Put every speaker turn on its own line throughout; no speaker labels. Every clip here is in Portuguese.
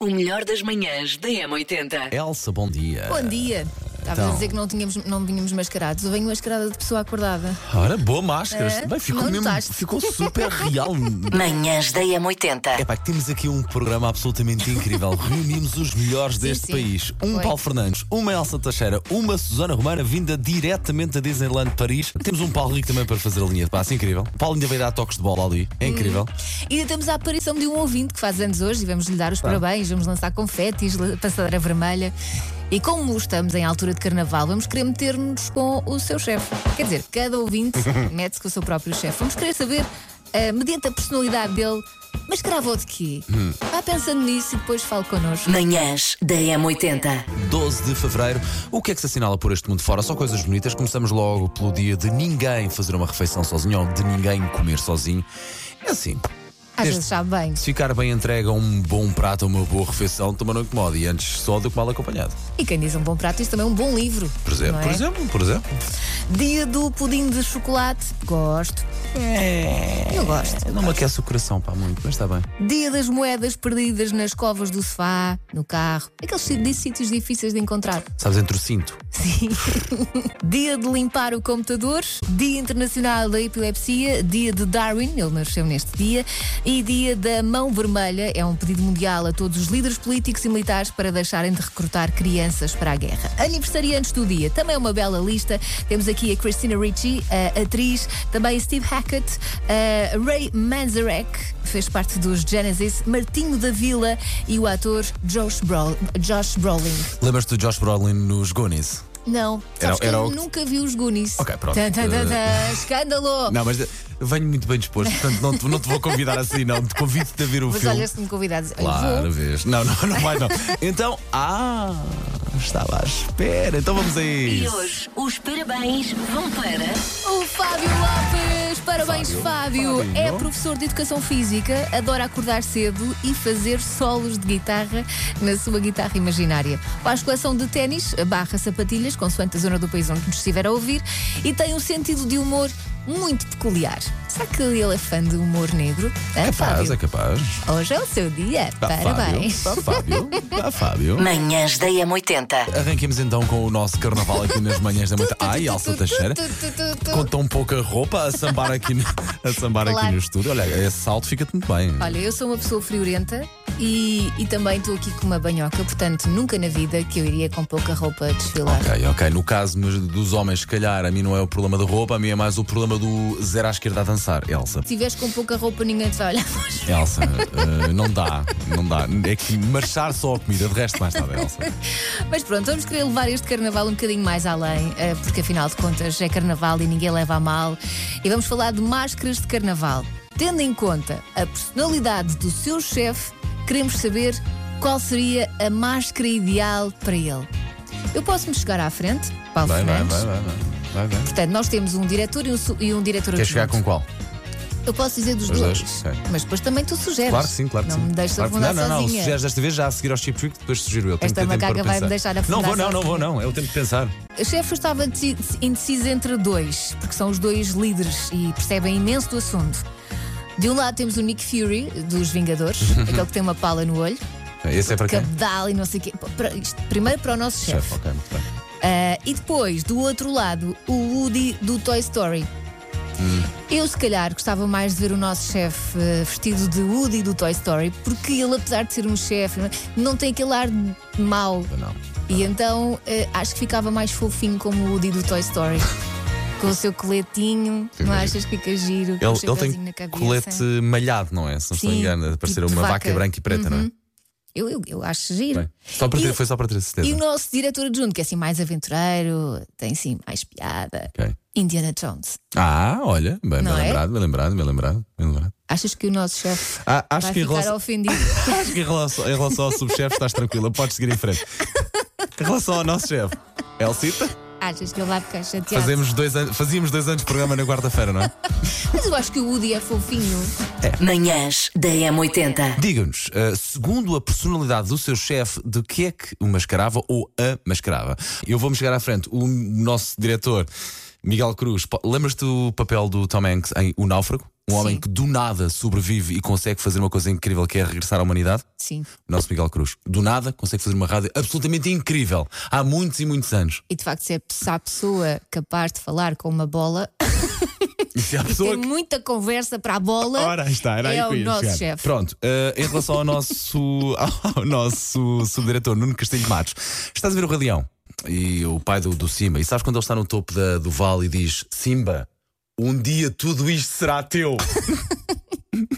O melhor das manhãs da M80.
Elsa, bom dia.
Bom dia. Estavas
Eh, Então.
a dizer que não, tínhamos, não vinhamos mascarados. Eu venho mascarada de pessoa acordada.
Ora, boa máscara.
É?
Bem, ficou,
Não
mesmo,
notaste?
ficou super real.
Manhãs da
É
M80.
pá, temos aqui um programa absolutamente incrível. Reunimos os melhores deste
sim.
país. Um
Foi.
Paulo Fernandes, uma Elsa Teixeira, uma Susana Romana, vinda diretamente da Disneyland Paris. Temos um Paulo Rico também para fazer a linha de passe. Incrível. O Paulo ainda vai dar toques de bola ali. É
Uhum.
incrível.
E ainda temos a aparição de um ouvinte que faz anos hoje e vamos lhe dar os parabéns. Vamos lançar confetes, la- passadeira vermelha. E como estamos em altura de carnaval, vamos querer meter-nos com o seu chefe. Quer dizer, cada ouvinte mete-se com o seu próprio chefe. Vamos querer saber, ah, mediante a personalidade dele, mascarava-o de quê?
Hum.
Vá pensando nisso e depois fale connosco.
Manhãs da M80.
12 de fevereiro. O que é que se assinala por este mundo fora? Só coisas bonitas. Começamos logo pelo dia de ninguém fazer uma refeição sozinho ou de ninguém comer sozinho. É assim.
Às
Este-
vezes sabe bem.
Se ficar bem entregue a um bom prato, a uma boa refeição, também não incomoda. E antes só do que mal acompanhado.
E quem diz um bom prato, isso também é um bom livro.
Por exemplo,
não é?
por exemplo, por exemplo.
Dia do pudim de chocolate. Gosto. Eu gosto.
Não me aquece o coração, pá, muito, mas está bem.
Dia das moedas perdidas nas covas do sofá, no carro. Aqueles si- de sítios difíceis de encontrar.
Sabes, entre o cinto.
Sim. dia de limpar o computador. Dia Internacional da Epilepsia. Dia de Darwin. Ele nasceu neste dia. E dia da Mão Vermelha. É um pedido mundial a todos os líderes políticos e militares para deixarem de recrutar crianças para a guerra. Aniversariantes do dia. Também uma bela lista. Temos aqui a Christina Ricci, a atriz. Também Steve Hackett. a Ray Manzarek fez parte dos Genesis. Martinho da Vila e o ator Josh, Brol- Josh Brolin.
Lembras-te do Josh Brolin nos Goonies?
Não,
Era-
sabes que
era
eu
o que-
nunca vi os Goonies.
Ok, pronto.
Tan, tan, tan, tan, Escândalo!
Não, mas eh, venho muito bem disposto, portanto não te, não te vou convidar assim, não. Te convido-te a ver o
Mas
filme.
olha, se me convidares, eu
Claro,
vou.
vês. Não, não, não vai não. Então, ah, estava à espera. Então vamos a
E
isso.
hoje os parabéns vão para.
O Fábio Lopes! Parabéns, Fábio!
Fábio.
É professor de educação física, adora acordar cedo e fazer solos de guitarra na sua guitarra imaginária. Faz coleção de ténis, barra sapatilhas, consoante a zona do país onde nos estiver a ouvir, e tem um sentido de humor muito peculiar. Será que ele é fã de humor negro? É,
Capaz,
Fábio?
é capaz.
Hoje é o seu dia.
Tá,
Parabéns!
Fábio. Tá, Fábio. Tá, Fábio.
Manhãs da M80.
Arranquemos então com o nosso carnaval aqui nas manhãs da manhã. Ai, Alça Teixeira. Com tão pouca roupa a sambar aqui no, a sambar aqui
Claro.
no estúdio. Olha, esse salto fica-te muito bem.
Olha, eu sou uma pessoa friorenta e, e também estou aqui com uma banhoca, portanto, nunca na vida que eu iria com pouca roupa desfilar.
Ok, ok. No caso mas dos homens, se calhar, a mim não é o problema da roupa, a mim é mais o problema do zero à esquerda a dançar, Elsa.
Se tiveres com pouca roupa, ninguém te vai olhar. Mas
Elsa, eh, não dá, não dá. É que marchar só a comida, de resto mais nada, Elsa.
mas pronto, vamos querer levar este carnaval um bocadinho mais além, eh, porque afinal de contas é carnaval e ninguém leva a mal. E vamos falar de máscaras de carnaval. Tendo em conta a personalidade do seu chefe, queremos saber qual seria a máscara ideal para ele. Eu posso-me chegar à frente, Paulo
Vai, vai,
Fernandes.
vai, vai, vai. vai, vai.
Portanto, nós temos um diretor e um, su- e um diretor
Queres chegar
adjunto.
com qual?
Eu posso dizer dos
Os
dois.
dois, ok.
Mas depois também tu sugeres.
Claro que sim, claro que
não
sim.
me deixes
Claro que-
afundar
Não, não, não.
sozinha.
Sugeres desta vez já a seguir ao chip trick, depois sugiro eu. Tenho
Esta
que ter tempo
macaca
para
vai-me
pensar.
deixar
Não
afundar
vou, não, não vou,
sozinha.
não. É o tempo de pensar.
O chefe estava deci- indeciso entre dois, porque são os dois líderes e percebem imenso do assunto. De um lado temos o Nick Fury, dos Vingadores, aquele que tem uma pala no olho,
Esse é para quem?
cabedal e não sei o quê. Para- isto, primeiro para o nosso chefe.
Chefe, ok, muito bem.
Ah, e depois, do outro lado, o Woody do Toy Story. Eu, se calhar, gostava mais de ver o nosso chefe eh, vestido de Woody do Toy Story, porque ele, apesar de ser um chefe, não é? não tem aquele ar de mau.
Não.
E então eh, acho que ficava mais fofinho como o Woody do Toy Story. Com o seu coletinho,
Sim,
não
mas-
achas que fica giro? com o
Ele, ele
chapéuzinho um na
tem
cabeça.
colete malhado, não é? Se não estou
Sim,
engano, parecer
tipo de
uma vaca.
vaca.
branca e preta, não é?
Eu, eu, eu acho giro.
Bem, só para
E
ter-
o-
foi só para ter a
E
certeza.
o nosso diretor adjunto, que é assim mais aventureiro, tem assim mais piada.
Ok.
Indiana Jones.
Ah, olha, bem, bem
Não é?
lembrado, bem lembrado, bem lembrado, bem lembrado.
Achas que o nosso chefe
Ah, acho,
vai
que em
ficar
relação,
ofendido?
acho que em relação, em relação ao subchefe estás tranquila, podes seguir em frente. Em relação ao nosso chefe, Elcita,
Achas que ele vai ficar chateado?
fazemos dois an- fazíamos dois anos de programa na quarta-feira, não é?
Mas eu acho que o Woody é fofinho.
Manhãs da M80.
Diga-nos, eh, segundo a personalidade do seu chefe, de que é que o mascarava ou a mascarava? Eu vou-me chegar à frente. O nosso diretor Miguel Cruz, pa- lembras-te do papel do Tom Hanks em O Náufrago? Um
Sim.
homem que do nada sobrevive e consegue fazer uma coisa incrível que é regressar à humanidade?
Sim.
O nosso Miguel Cruz, do nada, consegue fazer uma rádio absolutamente incrível. Há muitos e muitos anos.
E de facto, se é- se há pessoa capaz de falar com uma bola,
E se há pessoa
tem muita conversa para a bola.
Ora, aí está, era aí
é
que eu
o
ia
nosso
chegar.
chefe.
Pronto, eh, em relação ao nosso, ao nosso subdiretor Nuno Castilho Matos, estás a ver o Rei Leão e o pai do, do Simba, e sabes quando ele está no topo da- do vale e diz: Simba, um dia tudo isto será teu.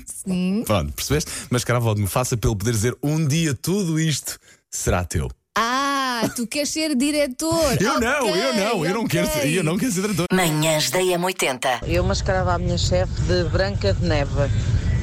Sim.
Pronto, percebeste? Mas Carvalho me faça pelo poder dizer: Um dia tudo isto será teu.
Ah, tu queres ser diretor?
Eu não,
Ok,
eu não, eu não quero ser,
ok.
eu não quero ser diretor.
Manhãs da M80.
Eu mascarava a minha chefe de Branca de Neve,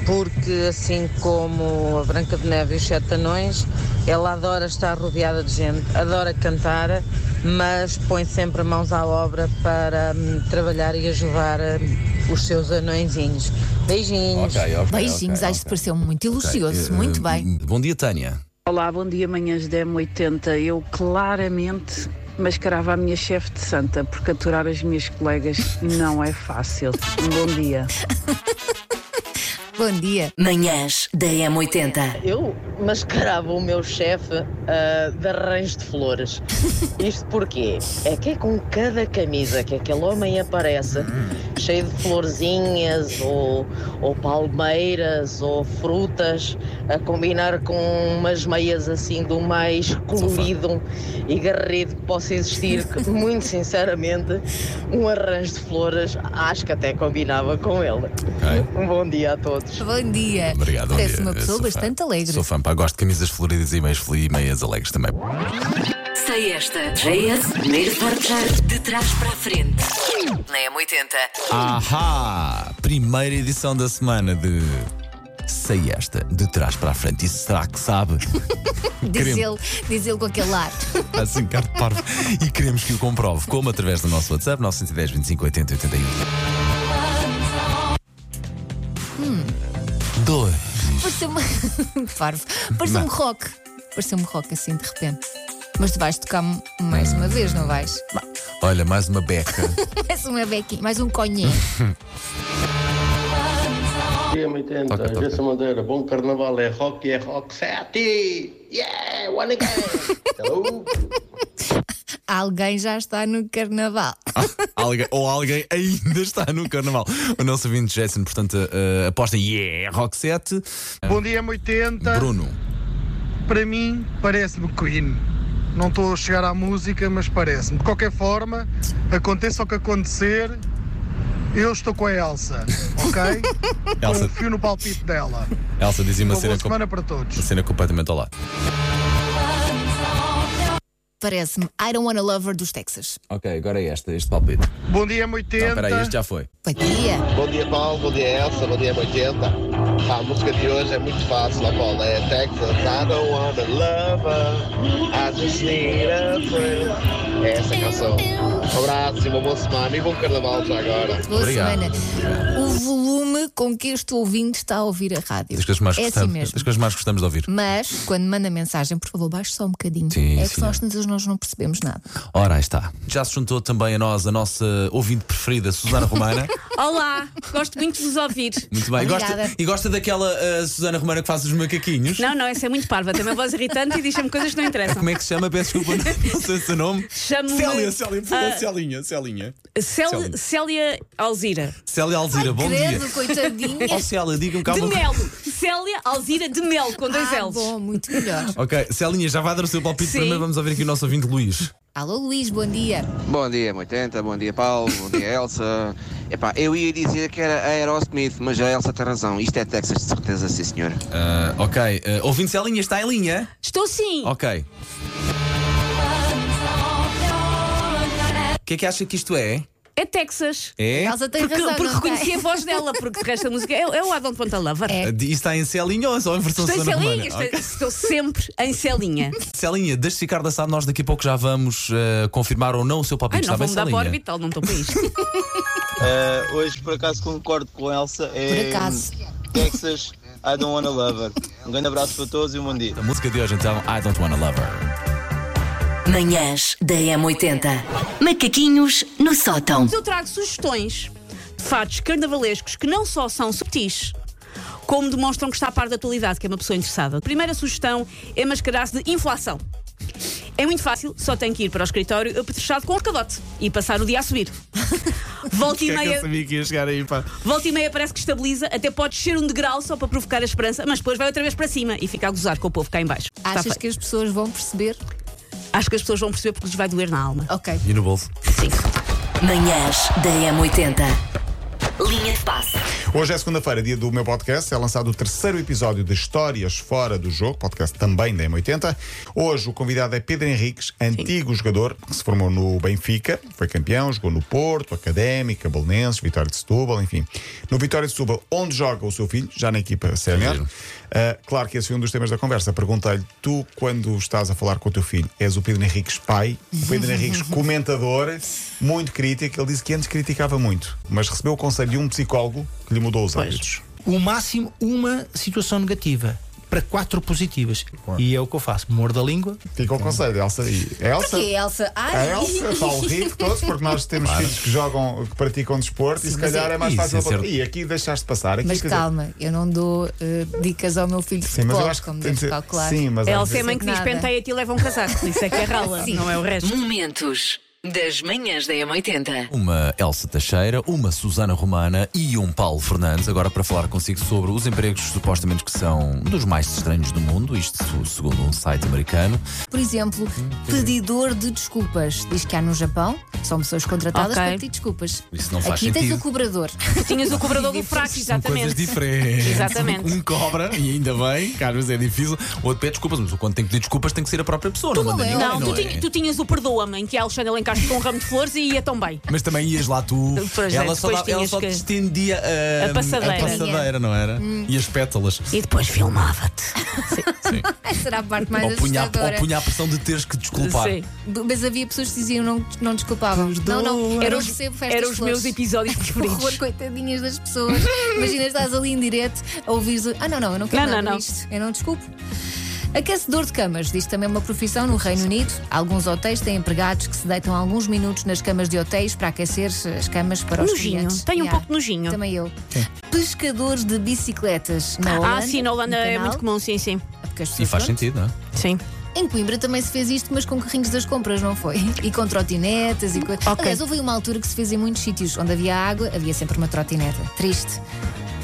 porque assim como a Branca de Neve e os Sete Anões, ela adora estar rodeada de gente, adora cantar, mas põe sempre mãos à obra para hum, trabalhar e ajudar hum, os seus anõezinhos. Beijinhos!
ok.
Beijinhos, acho que pareceu muito elogioso.
Eh,
Muito bem.
Bom dia, Tânia.
Olá, bom dia, manhãs da M80. Eu claramente mascarava a minha chefe de santa, porque aturar as minhas colegas não é fácil. Um bom dia.
hum.
Bom dia.
Manhãs da M80.
Eu mascarava o meu chefe ah, de arranjo de flores. Isto porquê? É que é com cada camisa que aquele homem aparece, cheio de florzinhas ou, ou palmeiras ou frutas, a combinar com umas meias assim do mais colorido e garrido que possa existir, que muito sinceramente, um arranjo de flores acho que até combinava com ele. Um bom dia a todos.
Bom dia.
Obrigado. bom
Parece
dia.
uma
Sou
pessoa
fã.
bastante alegre.
Sou fã, pá, gosto de camisas floridas e meias, fl- e meias alegres também.
Sei esta. JS, primeiro forjar de trás para a frente. Na M80.
Ahá! Primeira edição da semana de. Sei esta, de trás para a frente. Isso será que sabe?
Diz
Creme.
ele, diz ele com aquele ar.
assim, cara de parvo. E queremos que o comprove, como através do nosso WhatsApp, 910 25 80 81. Hum. Dois.
Pareceu-me. Farvo. Pareceu-me rock. Pareceu-me rock assim de repente. Mas tu vais tocar m- mais uma vez, não vais?
Olha, mais uma beca.
Mais uma bequinha, mais um conhé.
M80,
Toca, toca.
Gerson Madeira, bom carnaval, é rock, é rock 7! Yeah, one again! Hello!
Alguém já está no carnaval.
Ah, Alguém- ou alguém ainda está no carnaval. O nosso ouvinte Jason, portanto, eh, aposta em yeah, Rock 7.
Bom dia, M80.
Bruno.
Para mim, parece-me Queen. Não estou a chegar à música, mas parece-me. De qualquer forma, aconteça o que acontecer, eu estou com a Elsa, ok?
Elsa,
Confio no palpite dela.
Elsa dizia uma
Uma
cena,
boa
com-
semana para todos.
uma cena completamente ao lado.
Parece-me I don't wanna lover dos Texas.
Ok, agora é esta, este palpite.
Bom dia, M80.
Não, espera aí, este já foi.
Bom dia.
Bom dia, Paulo. Bom dia, Elsa. Bom dia, Magenta. A música de hoje é muito fácil. A bola é Texas. I don't want a lover. I just need a friend. É essa a canção. Um abraço e uma boa semana. E bom carnaval já agora.
Boa
Obrigado.
semana. O volume com que este ouvinte está a ouvir a rádio.
Das coisas mais,
é assim
gostamos,
mesmo.
das coisas mais gostamos de ouvir.
Mas, quando manda mensagem, por favor, baixe só um bocadinho.
Sim,
é que
sim.
senão às vezes nós não percebemos nada.
Ora, aí está. Já se juntou também a nós a nossa ouvinte preferida, Susana Romana.
Olá, gosto muito de vos ouvir.
Muito bem. Gosta-
Obrigada.
e gosta daquela eh, Susana Romana que faz os macaquinhos?
Não, não, essa é muito parva, tem uma voz irritante e diz-me coisas que não interessam.
Como é que se chama? Peço desculpa, não sei o seu nome.
Chamo-me-
Célia, Célia, por favor,
Ah.
Celinha, Celinha. Célia.
Cél- Célia Alzira.
Célia Alzira, bom
Credo,
dia.
coitadinha.
Ó Célia, diga-me
É. De
calma.
Mel. Célia Alzira de Mel, com dois
ah,
L's.
bom, muito melhor.
Ok, Celinha, já vai dar o seu palpite
Sim.
primeiro. Vamos ouvir aqui o nosso ouvinte Luís.
Alô, Luís, bom dia.
Bom dia, M80. Bom dia, Paulo. Bom dia, Elsa. Epá, eu ia dizer que era Aerosmith, mas a Elsa tem razão. Isto é Texas, de certeza, sim, senhora.
Ah, ok, ah, ouvinte Celinha, está em linha?
Estou sim.
Ok. O que é que acha que isto é?
É Texas.
É?
Elsa tem
Porque,
razão.
porque
não tem?
reconheci a voz dela, porque de resto a música é, é o Adam Ponta Lover.
É.
Isto Ah, está em Celinha ou é só em versão
Estou em
Susana
Celinha, é-
Romana? Ok.
estou, estou sempre em Celinha.
Celinha, deixe ficar da nós daqui a pouco já vamos ah, confirmar ou não o seu
Ai,
palpite.
não
está
vou
bem,
mudar para
Celinha?
orbital, não estou para isto.
Eh, hoje, por acaso, concordo com Elsa. é
Por acaso.
Texas, I don't wanna love her. Um grande abraço para todos e um bom dia.
A música de hoje então, I Don't Wanna Love Her.
Manhãs da M80. Macaquinhos no sótão.
Mas eu trago sugestões de fatos carnavalescos que não só são subtis, como demonstram que está a par da atualidade, que é uma pessoa interessada. A primeira sugestão é mascarar-se de inflação. É muito fácil, só tem que ir para o escritório apetrechado com o cadote e passar o dia a subir. Volta
é
e meia.
sabia que ia chegar aí, pá.
Volta e meia parece que estabiliza, até pode descer um degrau só para provocar a esperança, mas depois vai outra vez para cima e fica a gozar com o povo cá em baixo. Está
Achas
feito.
que as pessoas vão perceber?
Acho que as pessoas vão perceber porque lhes vai doer na alma.
Ok.
E no bolso.
Manhãs da M80. Linha de passe.
Hoje é segunda-feira, dia do meu podcast. É lançado o terceiro episódio de Histórias Fora do Jogo, podcast também da M80. Hoje o convidado é Pedro Henriques, antigo jogador que se formou no Benfica, foi campeão, jogou no Porto, Académica, Belenenses, Vitória de Setúbal, enfim. No Vitória de Setúbal, onde joga o seu filho, já na equipa sénior.
giro.
Ah, claro que esse foi um dos temas da conversa. Perguntei-lhe, tu, quando estás a falar com o teu filho, és o Pedro Henriques pai, o Pedro Henriques comentador, muito crítico. Ele disse que antes criticava muito, mas recebeu o conselho de um psicólogo que lhe mudou os hábitos.
o máximo uma situação negativa para quatro positivas. E é o que eu faço: mordo a língua.
Fica o conselho, Elsa. E é Elsa,
Porquê, Elsa?
a
Ai,
Elsa, tá Paulo Rico, todos, É porque nós temos filhos que jogam, que praticam desporto e se
mas
calhar
é-
é mais
Isso
fácil.
é
apontar.
certo.
e aqui deixaste passar. Aqui,
mas
quer dizer-
calma, eu não dou eh, dicas ao meu filho de
Sim, mas eu
futebol,
acho que
como
tem de
deves
ser-
calcular.
Sim, mas às
Elsa é
vezes-
a mãe que diz:
Nada.
penteia-te e leva um casaco. Isso é que é rala, não é o resto.
Momentos das manhãs da M80.
Uma Elsa Teixeira, uma Susana Romana e um Paulo Fernandes, agora para falar consigo sobre os empregos supostamente que são dos mais estranhos do mundo, isto segundo um site americano.
Por exemplo, pedidor de desculpas. Diz que há no Japão, são pessoas contratadas
Ok.
para pedir desculpas.
Isso não faz
Aqui tens
sentido.
o cobrador.
Tinhas o cobrador do fraco,
Coisas
exatamente.
diferentes.
Exatamente.
Um cobra, e ainda bem, que às vezes é difícil. Outro pede desculpas, mas quando tem que pedir desculpas tem que ser a própria pessoa, não manda
não é,
ninguém.
Não, tu,
é?
tinha- tu tinhas o perdoa-me, em que a Alexandra Lencastre com um ramo de flores e ia tão bem.
Mas também ias lá tu.
Pois é,
ela só,
depois
dava- ela
tinhas
só
que-
te estendia ah,
A passadeira. Hum.
passadeira, não era? E as pétalas.
E depois filmava-te.
Essa será a parte mais
Ou punha, a, ou
assustadora.
punha a pressão de teres que desculpar.
Sim.
Mas havia pessoas que diziam não, não desculpavam. Não, não, eu não recebo festas
Eram os meus
flores.
episódios
Por horror,
preferidos.
coitadinhas das pessoas. Imagina, estás ali em direto a ouvir. Ah, não, não, eu não quero
Não, não,
nada
não.
disto. Eu não desculpo. Aquecedor de camas, diz também uma profissão no Reino Unido. Alguns hotéis têm empregados que se deitam alguns minutos nas camas de hotéis para aquecer as camas para os
Nojinho.
clientes.
Tenho um pouco de nojinho.
Também eu. Pescadores de bicicletas na Holanda.
Ah, sim, na Holanda
no
é
canal,
muito comum, sim, sim.
porque as
E
pessoas,
faz
pronto,
sentido, não é?
Sim.
Em Coimbra também se fez isto, mas com carrinhos das compras, não foi? E com trotinetas e coisas.
Ok.
Aliás, houve uma altura que se fez em muitos sítios onde havia água, havia sempre uma trotineta. Triste.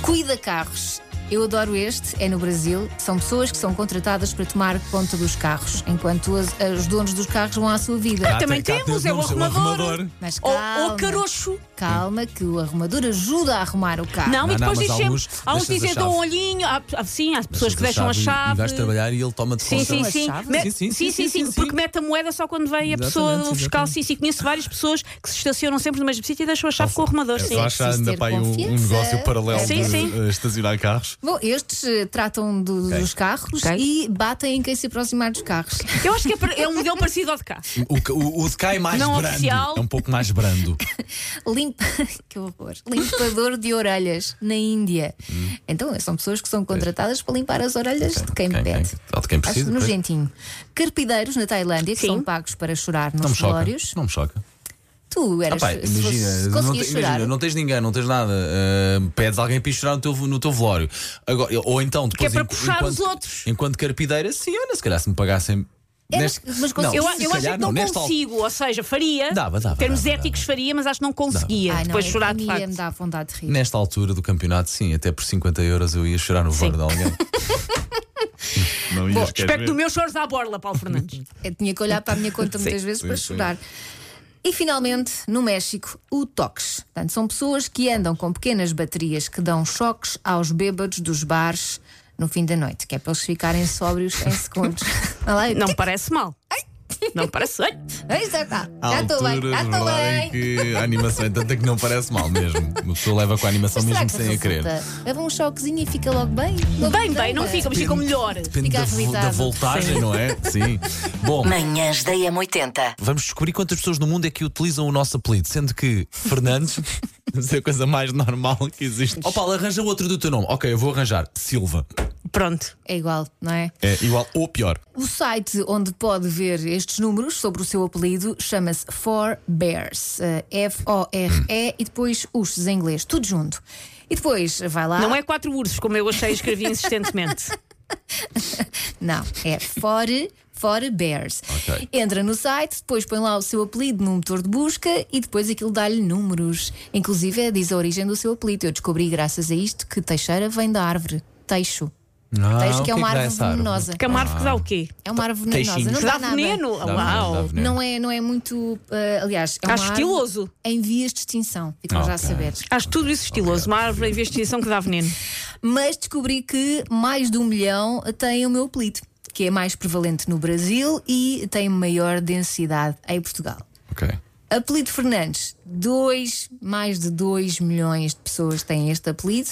Cuida carros. Eu adoro este, é no Brasil. São pessoas que são contratadas para tomar conta dos carros, enquanto as- os donos dos carros vão à sua vida.
Cá
também
cá
temos, é o
nomes,
arrumador.
Mas
Ou,
calma,
ou carocho.
calma, que o arrumador ajuda a arrumar o carro.
Não,
Ah, Não,
e depois
não, mas
diz
há
sempre.
uns
há uns
deixas
que
a
dizem dou um
chave.
olhinho. Há, há- sim, há pessoas que
Deixas
deixam a
E
chave.
vais trabalhar e ele toma-te
Sim,
conta.
sim,
a
sim.
chave?
Me-
Sim, sim, sim, sim, sim.
Porque mete a moeda só quando vem a pessoa
Exatamente,
do fiscal.
exatamente.
Sim, sim. Conheço várias pessoas que se estacionam sempre no mesmo sítio e deixam a chave com o arrumador. Sim.
Eu acho que
preciso
É ainda
ter
para aí um, um
confiança.
negócio paralelo
Sim,
de
sim.
eh, estacionar carros.
Bom, estes eh, tratam do- dos carros
Ok.
e batem em quem se aproximar dos carros.
Eu acho que é, par- é um modelo parecido ao de cá.
O, ca- o, o de cá é mais
Não
brando.
oficial.
É um pouco mais brando.
Limpa... que horror. Limpador de orelhas na Índia. Então, são pessoas que são contratadas para limpar as orelhas de quem
Hum. quem,
pede.
quem, de quem
Acho
precisa. pois.
nojentinho. Carpideiros na Tailândia que
Sim.
são pagos para chorar
Não
nos
me choca.
velórios.
Não me choca.
Tu
Ah,
eras.
pá,
se fosse- se
imagina, não,
conseguias
te-
chorar.
imagina, não tens ninguém, não tens nada. ah, pedes alguém para ir chorar no teu, no teu velório. Agora, ou então depois.
Que é para
enqu-
puxar
enquanto,
os outros.
Enquanto carpideira, sim, olha, se calhar se me pagassem.
É,
neste-
mas- mas
não,
consegui-
Eu,
se
a- eu acho
calhar
que não,
nesta altura-
consigo, ou seja, faria.
Dava, dava,
em termos
dava,
éticos, faria, mas acho que não conseguia.
Ai, não,
Depois
eu-
chorar
a
de
mim
facto.
ia me dar vontade de rir.
Nesta altura do campeonato, sim, até por 50 euros eu ia chorar no é?
Sim.
voo de alguém. não
Bom, espero que do meu chores à borla, Paulo Fernandes.
Eu tinha que olhar para a minha conta muitas vezes para chorar. E finalmente, no México, o tox. Portanto, são pessoas que andam com pequenas baterias que dão choques aos bêbados dos bares no fim da noite, que é para eles ficarem sóbrios em segundos. Olha lá,
Não me parece mal. Não me parece. Ai,
Aí já está.
Há
Já estou bem.
alturas,
Já estou
verdade, em
bem.
que a animação é tanta que não parece mal mesmo. Uma pessoa leva com a animação
Será
mesmo
que
sem a querer.
resulta? Leva um choquezinho e fica logo bem?
Bem, bem, não fica, mas fica melhor.
Depende
Fica
da, vo-
arrebitado.
da voltagem, não é? Sim. Bom,
Manhãs da M80.
vamos descobrir quantas pessoas no mundo é que utilizam o nosso apelido, sendo que Fernandes é deve ser a coisa mais normal que existe. Ó Paulo, arranja outro do teu nome. Ok, eu vou arranjar. Silva.
Pronto.
É igual, não é?
É igual ou pior.
O site onde pode ver estes números sobre o seu apelido chama-se Four Bears. Eh, F-O-R-E e depois ursos em inglês, tudo junto. E depois vai lá.
Não é quatro ursos, como eu achei e escrevi insistentemente.
Não, é Four, four Bears.
Ok.
Entra no site, depois põe lá o seu apelido no motor de busca e depois aquilo dá-lhe números. Inclusive eh, diz a origem do seu apelido. Eu descobri, graças a isto, que Teixeira vem da árvore Teixo.
Ah,
Teixo que é uma árvore venenosa.
Que é uma árvore que dá o quê?
É uma árvore venenosa.
Teixinhos.
Não
Dá
dá, nada.
veneno? Dá veneno, Uau. dá veneno.
Não é, não é muito. eh, aliás, é
Acho
uma
estiloso.
Árvore em vias de extinção. Ficam já a
Ok.
saber.
Acho tudo isso estiloso. Uma árvore em vez de extinção que dá veneno.
Mas descobri que mais de um milhão tem o meu apelido, que é mais prevalente no Brasil e tem maior densidade em Portugal.
Ok.
Apelido Fernandes, dois, mais de 2 milhões de pessoas têm este apelido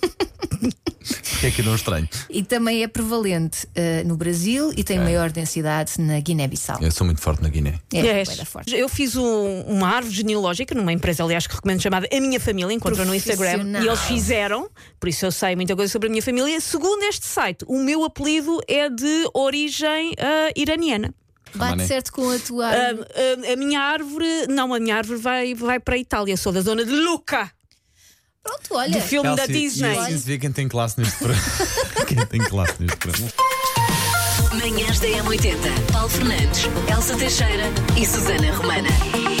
Porque é que não estranho?
e também é prevalente eh, no Brasil e tem maior densidade na Guiné-Bissau.
Eu sou muito forte na Guiné.
É, bué
És.
da forte.
Eu fiz um- uma árvore genealógica numa empresa, aliás, que recomendo chamada A Minha Família, encontram no Instagram.
Profissional.
E eles fizeram, por isso eu sei muita coisa sobre a minha família. Segundo este site, o meu apelido é de origem ah, iraniana.
Bate certo com a tua.
Ah, ah, a minha árvore, não, a minha árvore vai, vai para a Itália, sou da zona de Luca.
Pronto, olha.
Do filme da
Elsie,
Disney.
E assim se vê quem tem classe neste programa. quem tem classe neste programa.
Manhãs da M80. Paulo Fernandes, Elsa Teixeira e Susana Romana.